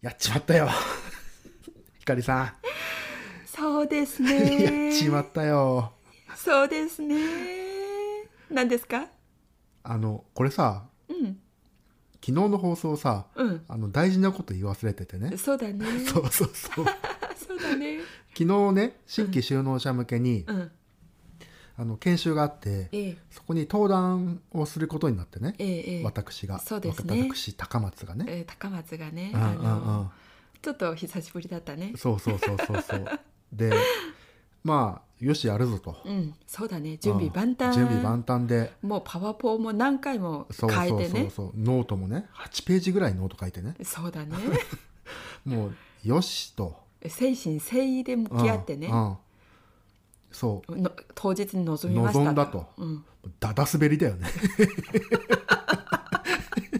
やっちまった よ。ひかりさそうですん、やねっちまったよ。そうですね何ですかあの、これさ、うん昨日の放送さ、うんあの、大事なこと言い忘れててね。そうだねそうそうそう。そうだね昨日ね、新規就農者向けに、うんあの、研修があって、ええそこに登壇をすることになってね。ええええ私が、そうですね私、高松がね。えー高松がね、うんあうのんうん。ちょっと久しぶりだったねそうそうそうそうそう。で、まあ、よし、やるぞと。うんそうだね準備万端、うん準備万端で。もうパワポも何回もそう変えそうてそうねそう、ノートもね8ページぐらいノート書いてねそう だねもうよしと精神誠意で向き合ってね、うんうんその当日に臨みました臨んだとうん、うだだ滑りだよね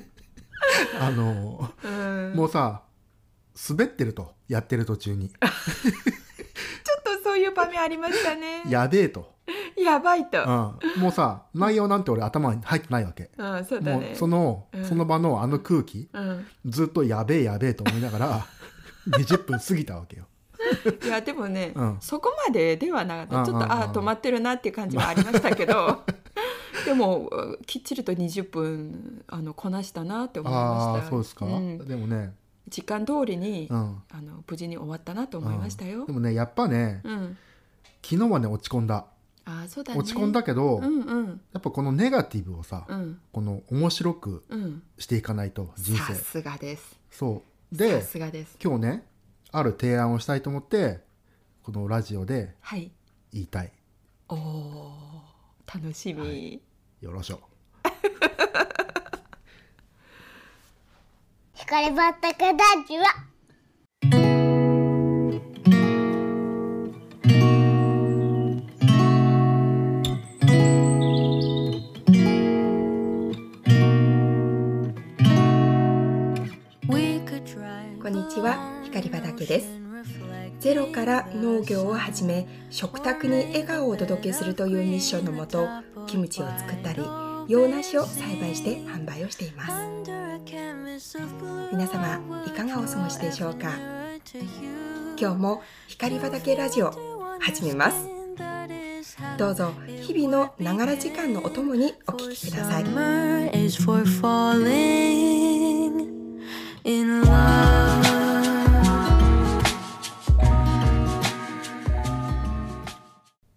あのうんもうさ滑ってるとやってる途中にちょっとそういう場面ありましたねややべえと、ばいと、うん、もうさ内容なんて俺頭に入ってないわけうんそうだもねうその、うんその場のあの空気うん、ずっとやべえやべえと思いなが ら20分過ぎたわけよい やでもね、うんそこまでではなかうっんたちょっうんと、あうんあ止まってるなっていう感じはありましたけ どでもきっちりと20分あのこなしたなって思いまああしたそうですか、んでもね、時間通りに、うん、あの無事に終わったなと思いましたよで、もねやっぱねうん昨日はね落ち込んだああそうだね落ち込んだけど、うんうんやっぱこのネガティブをさ、うんこの面白くうんしていかないと人さ生すがですそうさですがです今日ねある提案をしたいと思ってこのラジオではい言いたいおお楽しみ、はよろしょ光ばったかたちはこんにちは、ひかりばだけです。ゼゼロロかからら農農業業ををは始じめ、め食卓に笑顔をお届けするというミッションのもとキムチを作ったり洋梨を栽培して販売をしています皆様いかがお過ごしでしょうか。今今日日もも光光畑畑ララジジオオ始始めめまますす。どどううぞぞ日日々々ののながながらら時時間間のおのお供供ににおお聞聞ききくだくだささいい。う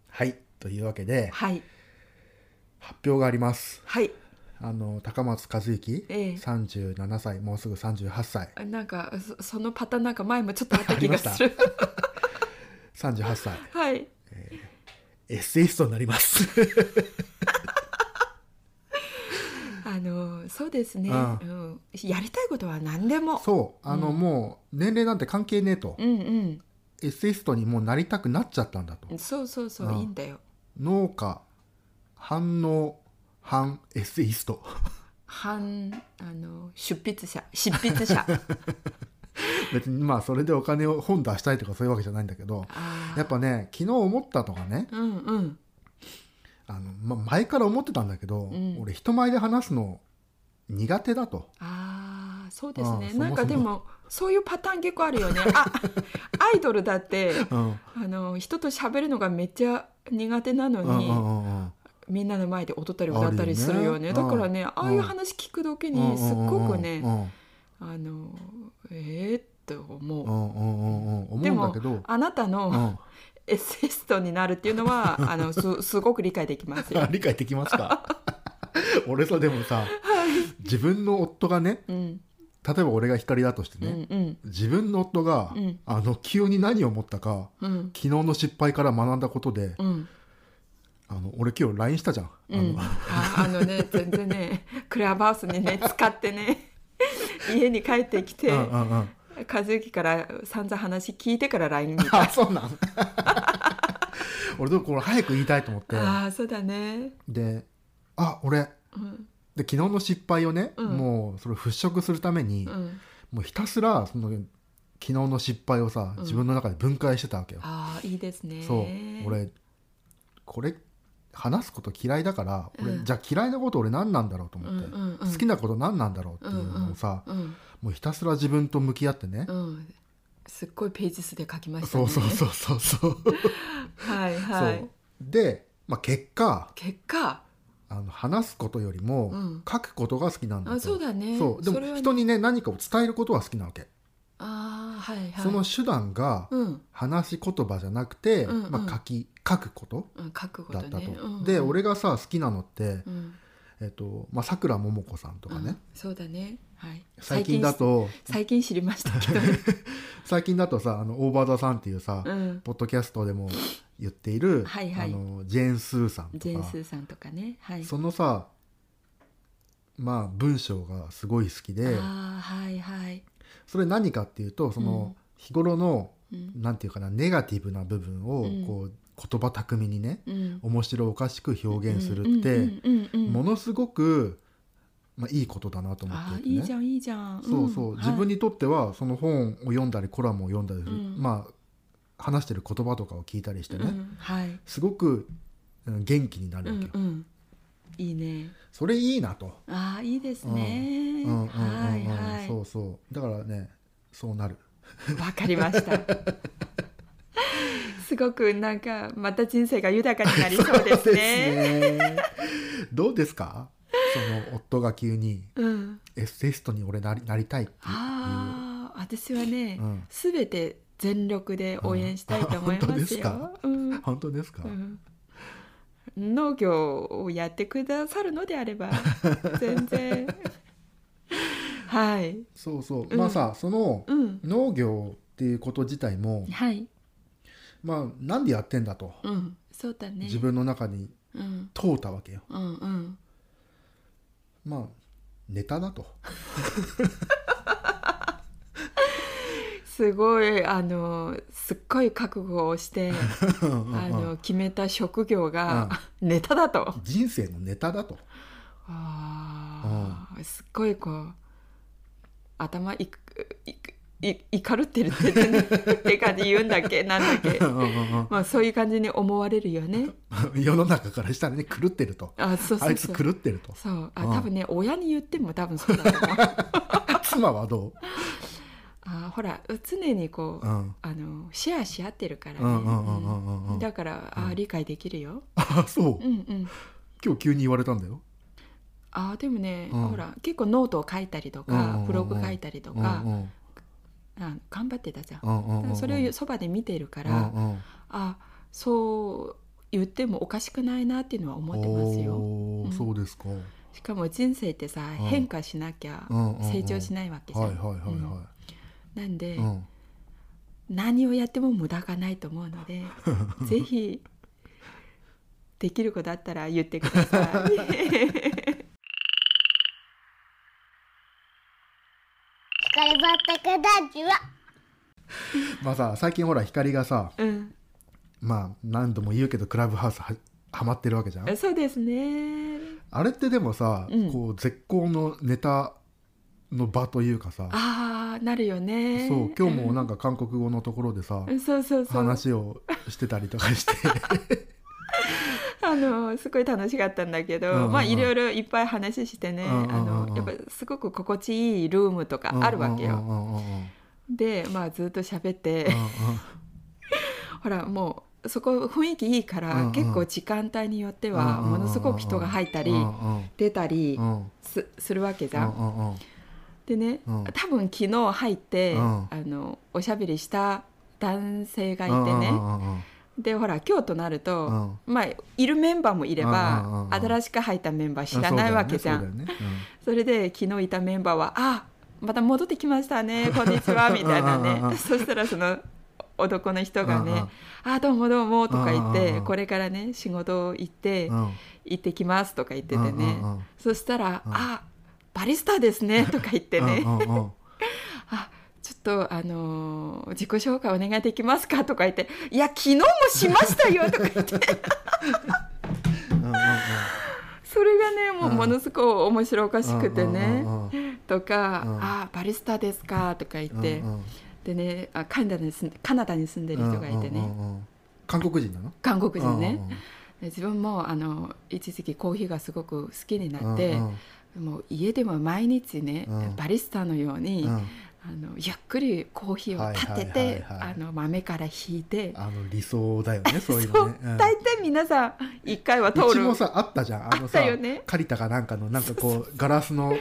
はいというわけではい発表がありますはいあの高松和之、ええ37歳もうすぐ38歳なんかそそのパターンなんか前もちょっとあったあり気まがしたする38歳 はいエッセイストになり ますあのそうですね、ううんん、やりたいことは何でもそうあの、うんもう年齢なんて関係ねえと、うんエッセイストにもうなりたくなっちゃったんだと、うんそうそうそう、うんいいんだよ農家反応反エッセイスト 反あの出筆者執筆 者別にまあそれでお金を本出したいとかそういうわけじゃないんだけどあーやっぱね昨日思ったのがねうんうんあの、ま、前から思ってたんだけど、うん俺人前で話すの苦手だとあーそうですあーねそもそもなんかでもそういうパターン結構あるよ ねあアイドルだってうんあの人と喋るのがめっちゃ苦手なのうんに、うんうんうんみんなの前で踊ったり歌ったりするよあるねよねだからね、ああいううん話聞くだけうんうんうんうんにすっごくね、うんあのえー、っと思う、うんうんうんうん思うんだけどあなたうのんエッセイストになるっていうのは、あのすすごく理解できます よあ。理解できますか 俺さでもさ自分の夫がねうん、例えば俺が光だとしてうね、ん、うん、自分の夫が、うんあの急に何を思ったかうん、昨日の失敗から学んだことで、うん、あの俺今日 LINE したじゃん、うん、あのあ、あ のね、全然ね、クラブハウスにね、使ってね。家に帰ってきて、うんうんうん和之から散々話聞いてか ら LINE 見た。あそうなん俺でもこれ早く言いたいと思ってああ、そうだね。であ俺うん、で昨日の失敗をね、うんもうそれを払拭するために、うん、もうひたすらその昨日の失敗をさうん自分の中で分解してたわけよ、ああ、いいですね。そう俺これ話すこと嫌いだから俺、うんじゃあ嫌いなこと俺何なんだろうと思って、うんうんうん好きなこと何なんだろうっていうのをさ、うんもうひたすら自分と向き合ってね、うんすっごいページ数で書きましたそねうそうそうそうそうはいはそいうで、まあ、結果結果あの話すことよりもうん書くことが好きなんだと、あそうだねそうでそもれはね人にね何かを伝えることは好きなわけ、ああはいはいその手段がうん話し言葉じゃなくて、うんうんまあ、書き書くことうん書くこだとったと、ねうんで俺がさ好きなのってうんえっとまあさくらももこさんとかうねん、そうだねはい最近だと最近知りました けどね最近だとさあのオーバーザさんっていうさ、うんポッドキャストでも言っている、はいはいあのジェーン・スーさんとかジェンスーさんとかねはいそのさまあ文章がすごい好きでああはいはいそれ何かっていうとその、うん日頃のうんなんていうかなネガティブな部分をうんこう、言葉巧みにねうん面白おかしく表現するって、うんうんうんうんものすごく、まあ、いいことだなと思あっあていいいてじね。ゃんいいじゃんそうそう、ん自分はいにとってはその本を読んだりコラムを読んだりする、うんまあ話してる言葉とかを聞いたりしてね、うんはいすごくうん元気になるうわけんよ、うんいいねそれいいなと、ああいいですうねんうんうんうんはいはいそうそうだからねそうなるわかり ました。すごくなんかまた人生が豊かになりそうですそうね。ですねどうですかその夫が急にうん。エッセイストに俺なりなりたいっていうああ、私はねうん、すべ、て全力で応援したいと思いうんあ本当まですすよか。うん本当ですか、うん農業をやってくださるので あれば全然はいそうそう、うんまあさそのうん農業っていうこと自体も、はいまあなんでやってんだと、うんそうだね自分の中にうん問うたわけようんうんまあネタだとすごいあのすっごい覚悟をして。あの決めた職業が、ネタだと、人生のネタだ とあーすっごいこう頭いくいくい怒るってるってね って感じ言うんだっけなんだっけまあそういう感じに思われるよね 世の中からしたらね狂ってるとあそうそあういつそう狂ってるとそうあうん多分ね親に言っても多分そうだと思 う妻はどあほら常にこう、う、うん、あのシェアし合ってるからねうんうんうんうんうんうんうんだからあうん理解できるよ、あそううんうん、今日急に言われたんだよあーでもね、うんほら結構ノートを書いたりとうんうんか、うんうんブログ書いたりとか、あ頑張ってたじゃん、それをそばで見てるから、あそう言ってもおかしくないなっていうのは思ってますよおうーんそうですか、うんしかも人生ってさ、うん変化しなきゃうんうん、成長しないないわけじゃん、はいはいはいはうんなんで、い、うん、何をやっても無駄がないと思うの でぜひできる子だったら言ってくださ い光ばったかだじわまあさ最近ほら光がさうんまあ何度も言うけどクラブハウスはハマってるわけじゃんそうですねあれってでもさ、うんこう絶好のネタの場というかさああなるよねそう今日もなんか韓国語のところでさ、うんそうそうそう話をしてたりとかして あのすごい楽しかったんだけど、うんうんまあいろいろいっぱい話してね、うんうんうんあのやっぱすごく心地いいルームとかあるわけよ、うんうんうんうんうんでまあずっと喋って、 ほらもうそこ雰囲気いいから、うんうん結構時間帯によってはうんうんうんものすごく人が入ったり、うんうん出たりうんうんすするわけじゃうん。んうんうんでね、うん多分昨日入って、うんあのおしゃべりした男性がいてね、うんうんうんでほら今日となると、うんうんまあいるメンバーもいれば、うんうんうんうん新しく入ったメンバー知らないわけじゃん。そうだよねそれで昨日いたメンバーは「あまた戻ってきまし たねこんにちは」みたいなうんうんうねんそしたらその男の人がうんうねん「あどうもどうも」とか言っうんうんてう「んこれからね仕事行ってそうだよねうんうん行ってきます」とか言ってうてねんうんうんそしたら「うんあバリスタですね」とか言ってうねんうんうん「あちょっとあのー自己紹介お願いできますか?」とか言って「いや昨日もしましたよ」 とか言ってうんうんうんそれがねもううんものすごく面白おかしくてねうんうんうんとかうん「あバリスタですか?」とか言って。うんうんでねあカナダに住んでカナダに住んでる人がいてね、うんうんうん韓国人なの韓国人うね、んうんで自分もあの一時期コーヒーがすごく好きにうんなって、もう家でも毎日ね、うんバリスタのように、うんうんあのゆっくりコーヒーを立てはいはいてはいはいあの豆から引いてあの理想だよねそういうそのうね、うん大体皆さん一回はう通ちるもさあったじゃんあのさあったよね借りたかなんかのなんかこうガラスの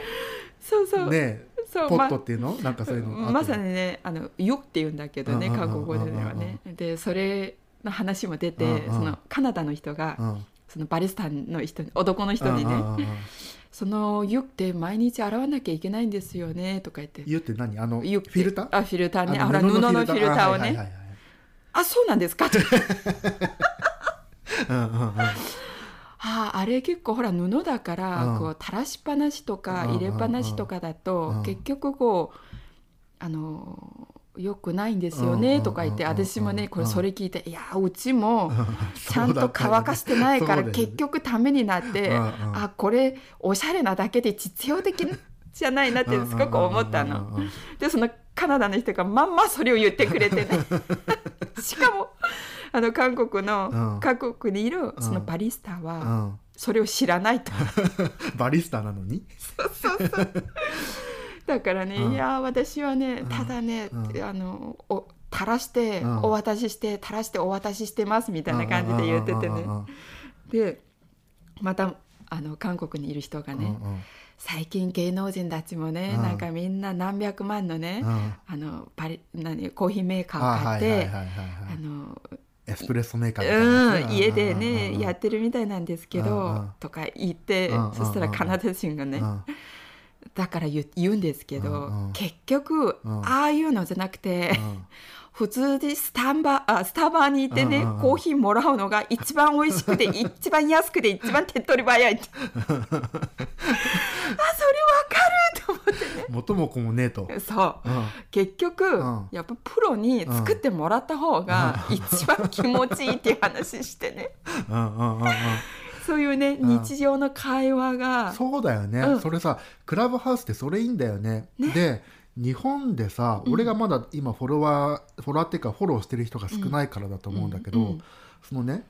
そうそう、ねそうポまットっていうのなんかそういうのあったまさにね「あのよ」って言うんだけどねうんうんうん韓国語ではね。でそれの話も出てうんうんそのカナダの人がうんそのバリスタの人に男の人にうんねうんうんうん「その湯って毎日洗わなきゃいけないんですよね」とか言って湯って何あのフ湯ってィルターあフィルターねああほら布のフィルターをあはいはいねはい「あそうなんですか」とかうんうんうんあああれ結構ほら布だから、うんこう垂らしっぱなしとかうんうんうん入れっぱなしとかだと、うん結局こうあのよくないんですよねうんとか言って、うんうんうん私もねこれうんそれ聞いて、いやうちもちゃんそうだとったよね乾かしてないから、そうだよね結局ためになって、うんうんあこれおしゃれなだけで実用的じゃないなってすごく思ったの。うんうんうんうんうんでそのカナダの人がまんまそれを言ってく れてねしかもあの韓国うんの各国にいるそのバリスタうはんそれを知らないとバリスタなのにだからね、うんいやー私はねただね、うんあのお垂らして、うんお渡しして垂らしてお渡ししてますみたいな感じで言っててねうんうんでまたあの韓国にいる人がうんうね、ん最近芸能人たちもね、うんなんかみんな何百万のね、うんあのバリ何コーヒーメーカあーを買はっいはいはいてはいあはのいエスプレッソメーカーみたいなやつうねん、家でね、うんうんうんやってるみたいなんですけど、うんうんとか言って、うんうんうんそしたらカナダ人がね、うんだから言う言うんですけど、うんうん結局、うんああいうのじゃなくて、うん普通にスタンバあスタバに行ってね、うんうんうんコーヒーもらうのが一番美味し くて一番安くて一番手っ取り早いってあそれわかると思っ元も子もねえとてそううん結局、んやっぱプロに作ってもらった方が一番気持ちいいっていう話してね。 うんうんうんうんそういうね、うん日常の会話が。そうだよね、うんそれさクラブハウスってそれいいんだよねで日本でさ、うん俺がまだ今フォロワーフォロワーっていうかフォローしてる人が少ないからだと思うんだけど、うんうんそのね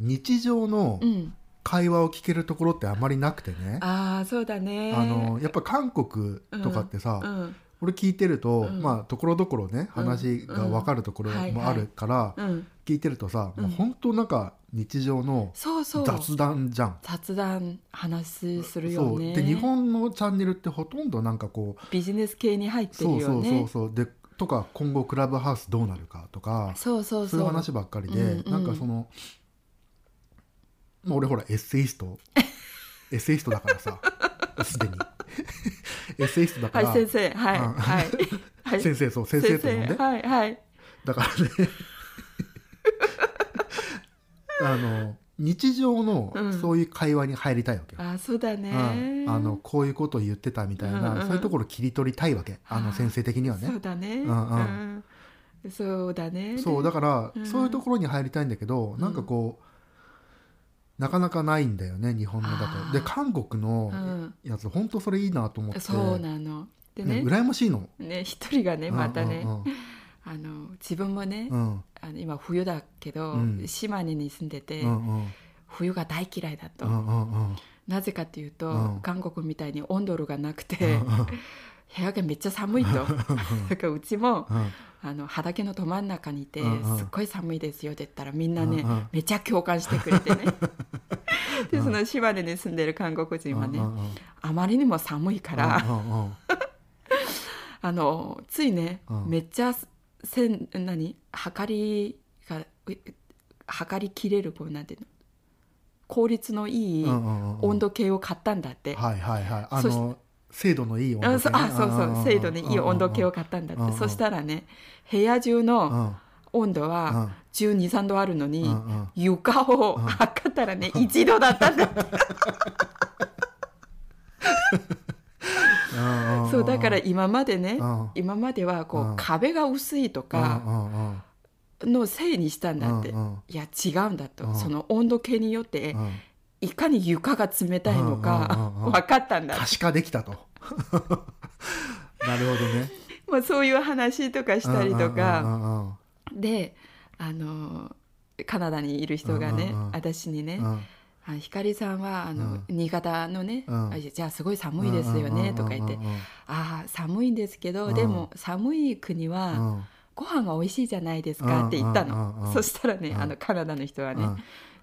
日常のうん。会話を聞けるところってあんまりなくてね、ああ、そうだね。あのやっぱ韓国とかってさ、うん。俺聞いてると、うんまあところどころね話が分かるところうんうんもあるから、うん。聞いてるとさ、うんもう本当なんか日常のそうそう。雑談じゃん。雑談話すそるようね。で日本のチャンネルってほとんどなんかこうビジネス系に入ってるそうそようそうね。そうでとか今後クラブハウスどうなるかとかそうそそううそいうう。話ばっかりで、うんうんなんかその、まあ、俺ほらエッセイス トエッセイストだからさすでにエッセイストだかはら、い、先生。はい。うんはい。は い。先生そう先生って呼んで、はい。はい。だから ねあの日常のうんそういう会話に入りたいわけよ、ああ、そうだうね。ん、あの。こういうことを言ってたみたいな、うんうんそういうところを切り取りたいわけあのあー先生的にはそねう。だね。うんううんそうだね。そうだから、うんそういうところに入りたいんだけどなんかこうなかなかないんだよね日本のだと。あーで韓国のうんやつ、ほんとそれいいなと思ってそうなの。でねね。羨ましいの。ね、一人がね、またね。うんあの自分もね、うんあの今冬だけど、うん島根に住んでて、うんうん うん冬が大嫌いだと、うんうんうんうんなぜかというと、うん韓国みたいに温度がなくて、うんうん部屋がめっちゃ寒いとだからうちもうんあの畑のど真ん中にいて、うんうんすっごい寒いですよって言ったらみんなね、うんうんめちゃ共感してくれて ねでその島根に住んでる韓国人はね、うんうんうんあまりにも寒いから、うんうんうんあのついね、うんめっちゃせん何測りがう測りきれるこうなんていうの効率のいいうんうんうん温度計を買ったんだって、はいはいはいあそしの精度のいい温度あそあそうそう精度のにいい温度計をか買ったんだって、うんうんそしたらね部屋中の温度は1 2 3度あるのに、床をうん測ったらね、1度だったんだってそうだから今までね、うん今まではこう、うん壁が薄いとうんうかんうんのせいにしたんだって、うんうんいや違うんだと、うんその温度計によってうんいかに床が冷たいのかうんうんうんうん 分かったんだ、可視化できたと なるほどねまあ、そういう話とかしたりとうんうかんうんうんうんであのってカナダにいる人がね、うんうんうん私にね、うんあひかりさんはあの、うん新潟のね、うんあじゃあすごい寒いですよねとか言って、うんうんうんああ寒いんですけど、うんでも寒い国は、うんうんご飯が美味しいじゃないですかって言ったの、うんうんうんうんそしたらね、うんあのカナダの人はね、うん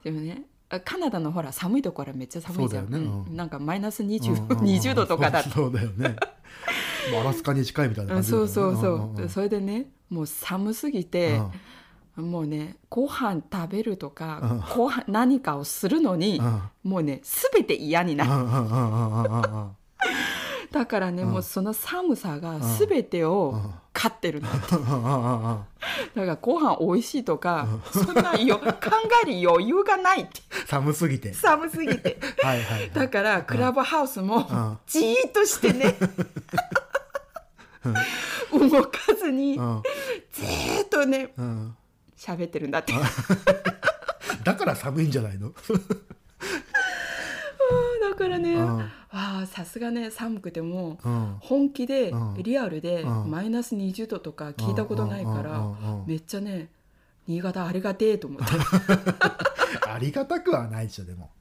でもねあカナダのほら寒いところはめっちゃ寒いじゃん、そうだよねうんんなんかマイナス20、うんうんう ん20度とかだっそたうそうだよねもうアラスカに近いみたいなうん感じだよそうねそうそう、んんんそれでねもう寒すぎて、もうねご飯食べべるとか、うご飯何かをするのに、もうね全て嫌になる、だからね、うんもうその寒さが全てを勝ってるの、だからご飯美味しいとか、そんなよ考える余裕がないって寒すぎて寒すぎてはいはいはいだからクラブハウスんもじーっとしてね動かずにうずんーっとねうん喋ってるんだってだから寒いんじゃないのだからねうんわあさすがね寒くてもうん本気でうんリアルでうんマイナス20度とか聞いたことないかうんうんうんらうんめっちゃね新潟ありがてえと思って ありがたくはないでしょでも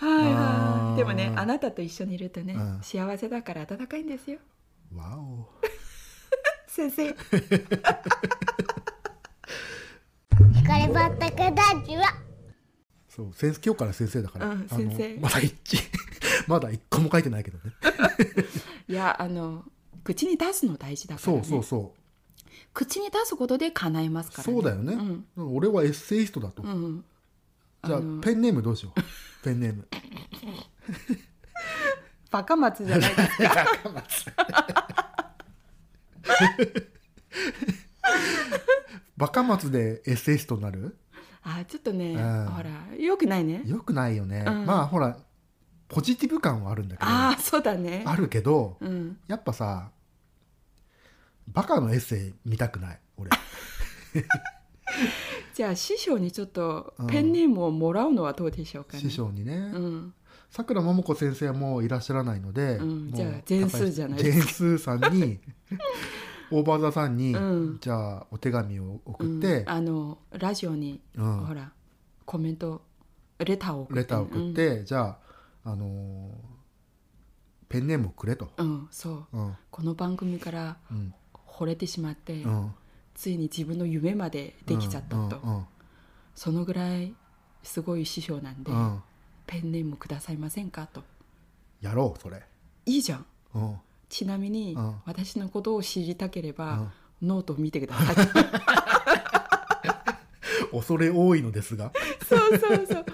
はいはあーいでもねあなたと一緒にいるとねうん幸せだから暖かいんですよわお先生疲ればったくだじわそう先生今日から先生だから、うんあの先生まだ一 まだ一個も書いてないけどねいやあの口に出すの大事だからそねうそうそう 口に出すことで叶いますからねそうだよね、うん俺はエッセイストだと、うんじゃあペンネームどうしよう ペンネームバカ松じ ゃないですかバカ松でエッセイストになるあちょっとね、うんほらよくないねよくないよね、うんまあほらポジティブ感はあるんだけどああそうだねあるけどうんやっぱさバカのエッセイ見たくない俺じゃあ師匠にちょっとうんペンネームをもらうのはどうでしょうかね、師匠にね、うんさくらももこ先生はもういらっしゃらないので、うんもうじゃあ全数じゃないジでェすンスーさん にオーバーザさんに、うんじゃあお手紙をう送っんて、あのラジオに、うんほらコメントレターを送ってレターを送って、じゃあ、あのーペンネームをくれと。うん、うんそううんこの番組からうん惚れてしまって、うんついに自分の夢までできちゃったと、うんそのぐらいすごい師匠なんで、うんうんペンネームくださいませんかとやろうそれ、いいじゃんうん、ちなみに、うん私のことを知りたければ、ノートを見てください 恐れ多いのですがそうそうそう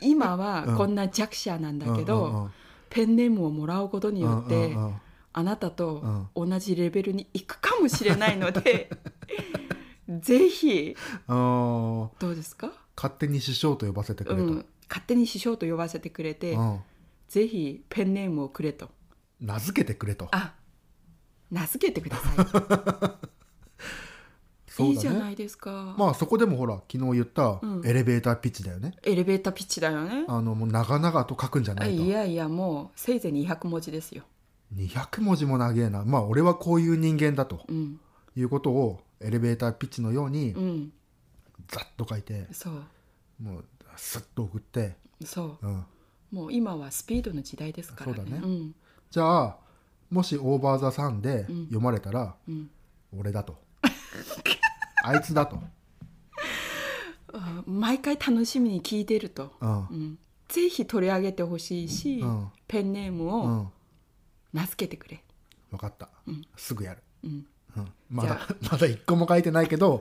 今うはんこんな弱者なんだけど、うんうんペンネームをもらうことにうんよって、うんうんうんあなたと同じレベルに行くかもしれないの で、ぜひあーどうですか、勝手に師匠と呼ばせてくれうと、うんん、勝手に師匠と呼ばせてくれて、ぜひペンネームをくれと名付けてくれとあ名付けてく ださい、そうだねいいじゃないですか、まあそこでもほら昨日言ったうんエレベーターピッチだよね、エレベーターピッチだよねあのもう長々と書くんじゃないといやいやもうせいぜい200文字ですよ、 200文字も長えなまあ俺はこういう人間だとうんいうことをエレベーターピッチのようにうん、ざっと書いてそうもうスッと送って、そううん、もう今はスピードの時代ですからねそうだねんじゃあもし「オーバー・ザ・サン」で読まれたらうん、俺だ と、あいつだと、あ毎回楽しみに聞いてると、うんうん、ぜひ取り上げてほしいし、うんペンネーうムをん、名付けてくれ、分かった、すぐやる、うんうん、まじだゃ まだ一個も書いてないけど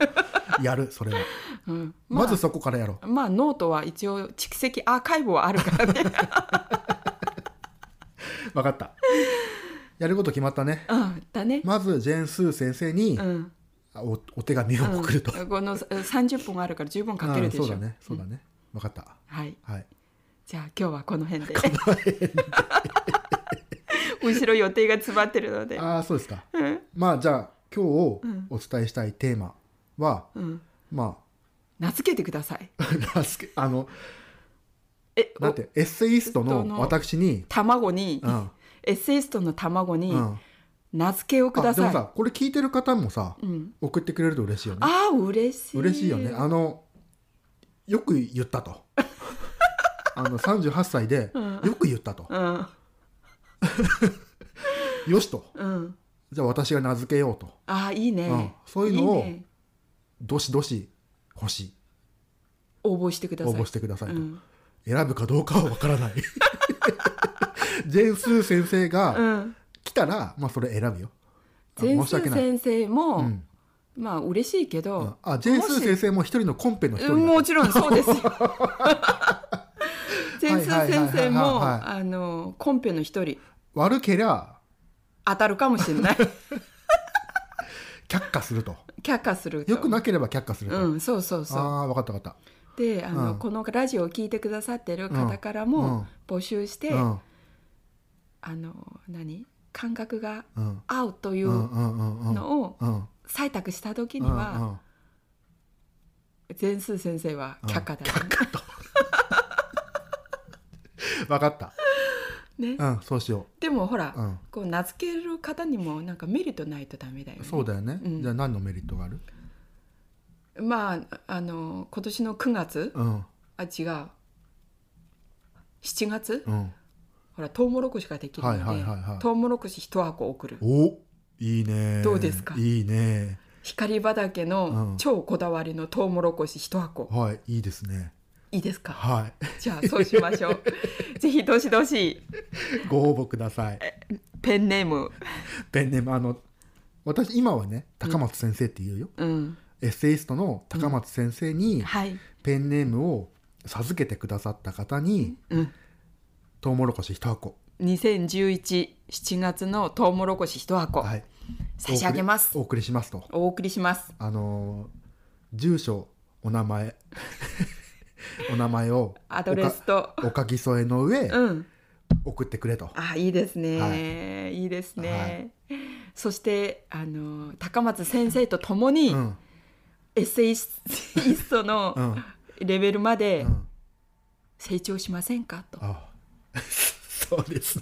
やるそれは、うんまずそこからやろうまあノートは一応蓄積アーカイブはあるから ね分かったやること決まったねうんだね、まずジェーン・スー先生にうんおお手紙を送ると、うんこの30本あるから十分書けるでしょうんそうだねそうだね、分かったはいはいじゃあ今日はこの辺で 後ろ予定が詰まってるのでああそうですかうんまあじゃあ今日うんお伝えしたいテーマは、うんま名付けてくだ さいあラスケあのえだってエッセイストの私に、卵に、うんエッセイストの卵に、うん、名付けをくだあでさもい。さこれ聞いてる方もさうん、送ってくれると嬉しいよねああ嬉しい。嬉しいよねあのよく言ったと あの38歳でうんよく言ったとうんよしとうん。じゃあ私が名付けようと、ああいいね、うん、そういうのをね、どしどし欲しい応募してくださ応い。募してくださいと、うん選ぶかどうかはわからない ジェンスー先生がうん。来たら、まあそれ選ぶよあ全申し訳数ない、先生も、うんまあ嬉しいけうどん、あジェンスー先生も一人のコンペの一人だうんもちろんそうです よ。全数先生もはいはいはいはいあのコンペの一人悪けりゃ当たるかもしれ ない。却下すると却下すると。よくなければ却下すると、うんそうそうそう。ああ分かった分かっであの、うんこのラジオを聞いてくださってる方からうんうもん募集して、たうんあの何感覚がうん合うといううんうんうんうんのを うん採択した時にうんうはん全数先生は却下だ、分かったねうんそうしよでもほら、ううんこう名付ける方にもなんかメリットないとダメだよね。そうだよね、うんじゃあ何のメリットがあるまああの今年の9月、うんあ違う7月、うんほらトウモロコシができるので、はいはいはいはいトウモロコシ一箱送るおいいねどうですかいいね光畑うのん超こだわりのトウモロコシ一箱、はいいいですねいいですかはい じゃあそうしましょ うぜひどしどしご応募くださいペンネームペンネームあの私今はね高松先生って言うよ、うんエッセイストの高松先生にはい、ペンネームを授けてくださった方にうん、トウモロコシ一箱20117月のトウモロコシ一箱、はい差し上げますお送りお送りしますとお送りしますあのー住所お名 前お名前をアドレスとおかお書き添えの上、うん送ってくれとあいいですね、、はいいですね、そしてあの高松先生とともに、うんエッセイス トうのんレベルまうでん成長しませんかと、あそう ですね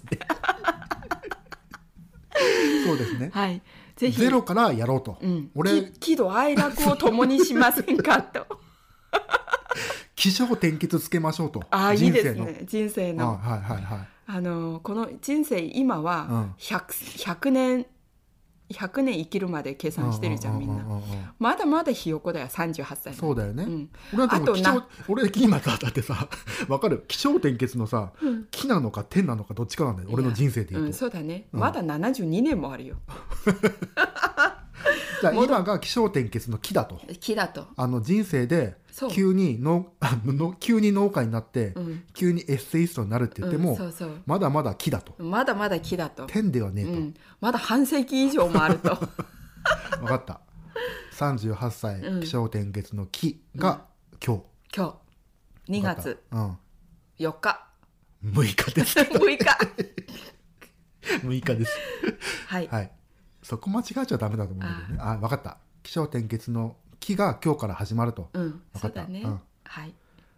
そうですねはいぜひゼロからやろうと、うん、俺き喜怒哀楽を共にしませんかと起承転結つけましょうとああいい人で生すのね人生あのはいはいはいあのこの人生今うはん 100, 100年100年生きるまで計算してるじゃんみんうなうううんまだまだひよこだよ38歳そうだよね、うん俺はでもあと起な承俺今だだってさ わかる起承転結のさ「木」なのか「天」なのかどっちかなんだよ俺の人生でう、言うんと、そうだね、うんまだ72年もあるよじゃあ今が起承転結の「木」だと木だと、あの人生でそう急に農あの急に農家になって、うん急にエッセイストになるって言っても、うんそうそうまだまだ木だとまだまだ木だと、天ではねえうと、ん、まだ半世紀以上もあ ると分かった38歳、うん起承転結の「木」が今日、今日2月わか4日った、うん、6日です 6日6日ですはい、はい。そこ間違えちゃダメだと思うんだけどね。あ、わかった。気象転結の木が今日から始まると。うんわそかうっただね、うんはい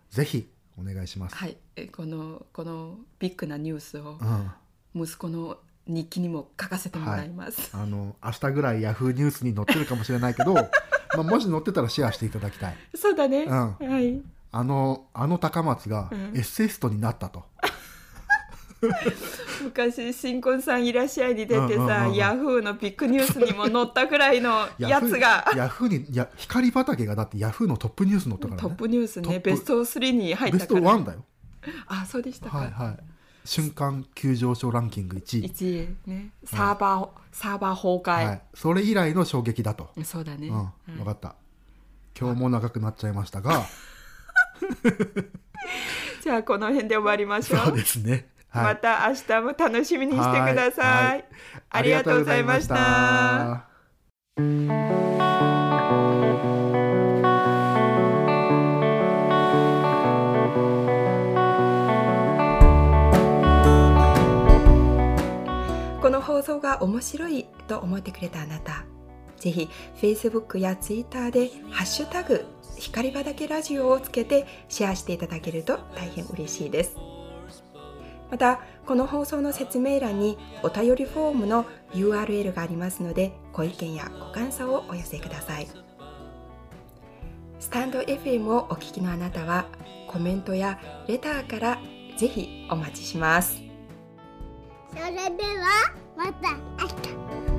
ぜひお願いします。はいえこのこのビッグなニュースをうん。あ息子の日記にも書かせてもらいます、の明日ぐらいヤフーニュースに載ってるかもしれないけど、 まあもし載ってたらシェアしていただきたい。そうだね、うんはいあのあの高松がうんエッセイストになったと。昔「新婚さんいらっしゃい」に出てうんうんさ、うんうんヤフーのビッグニュースにも載ったぐらいのやつがヤフーにいや光畑がだってヤフーのトップニュースに載ったからね。トップニューストッねプベスト3に入っベたスかトらワンだよ。あそうでしたか、はいはい。瞬間急上昇ランキング1位。 1位ねサーバー、サーバー崩は壊、い。それ以来の衝撃だと。そうだね、うん、分かった。今日も長くなっちゃいましたが、じゃあこの辺で終わりましょうそうですね。また明日も楽しみにしてくださはいいはいありがとうございましたありがとうございました。この放送が面白いと思ってくれたあなた、ぜひ Facebook や Twitter でハッシュタグ光畑ラジオをつけてシェアしていただけると大変嬉しいです。またこの放送の説明欄にお便りフォームの URL がありますのでご意見やご感想をお寄せくださいスタンド FM をお聞きのあなたはコメントやレターからぜひお待ちしますそれではまた明日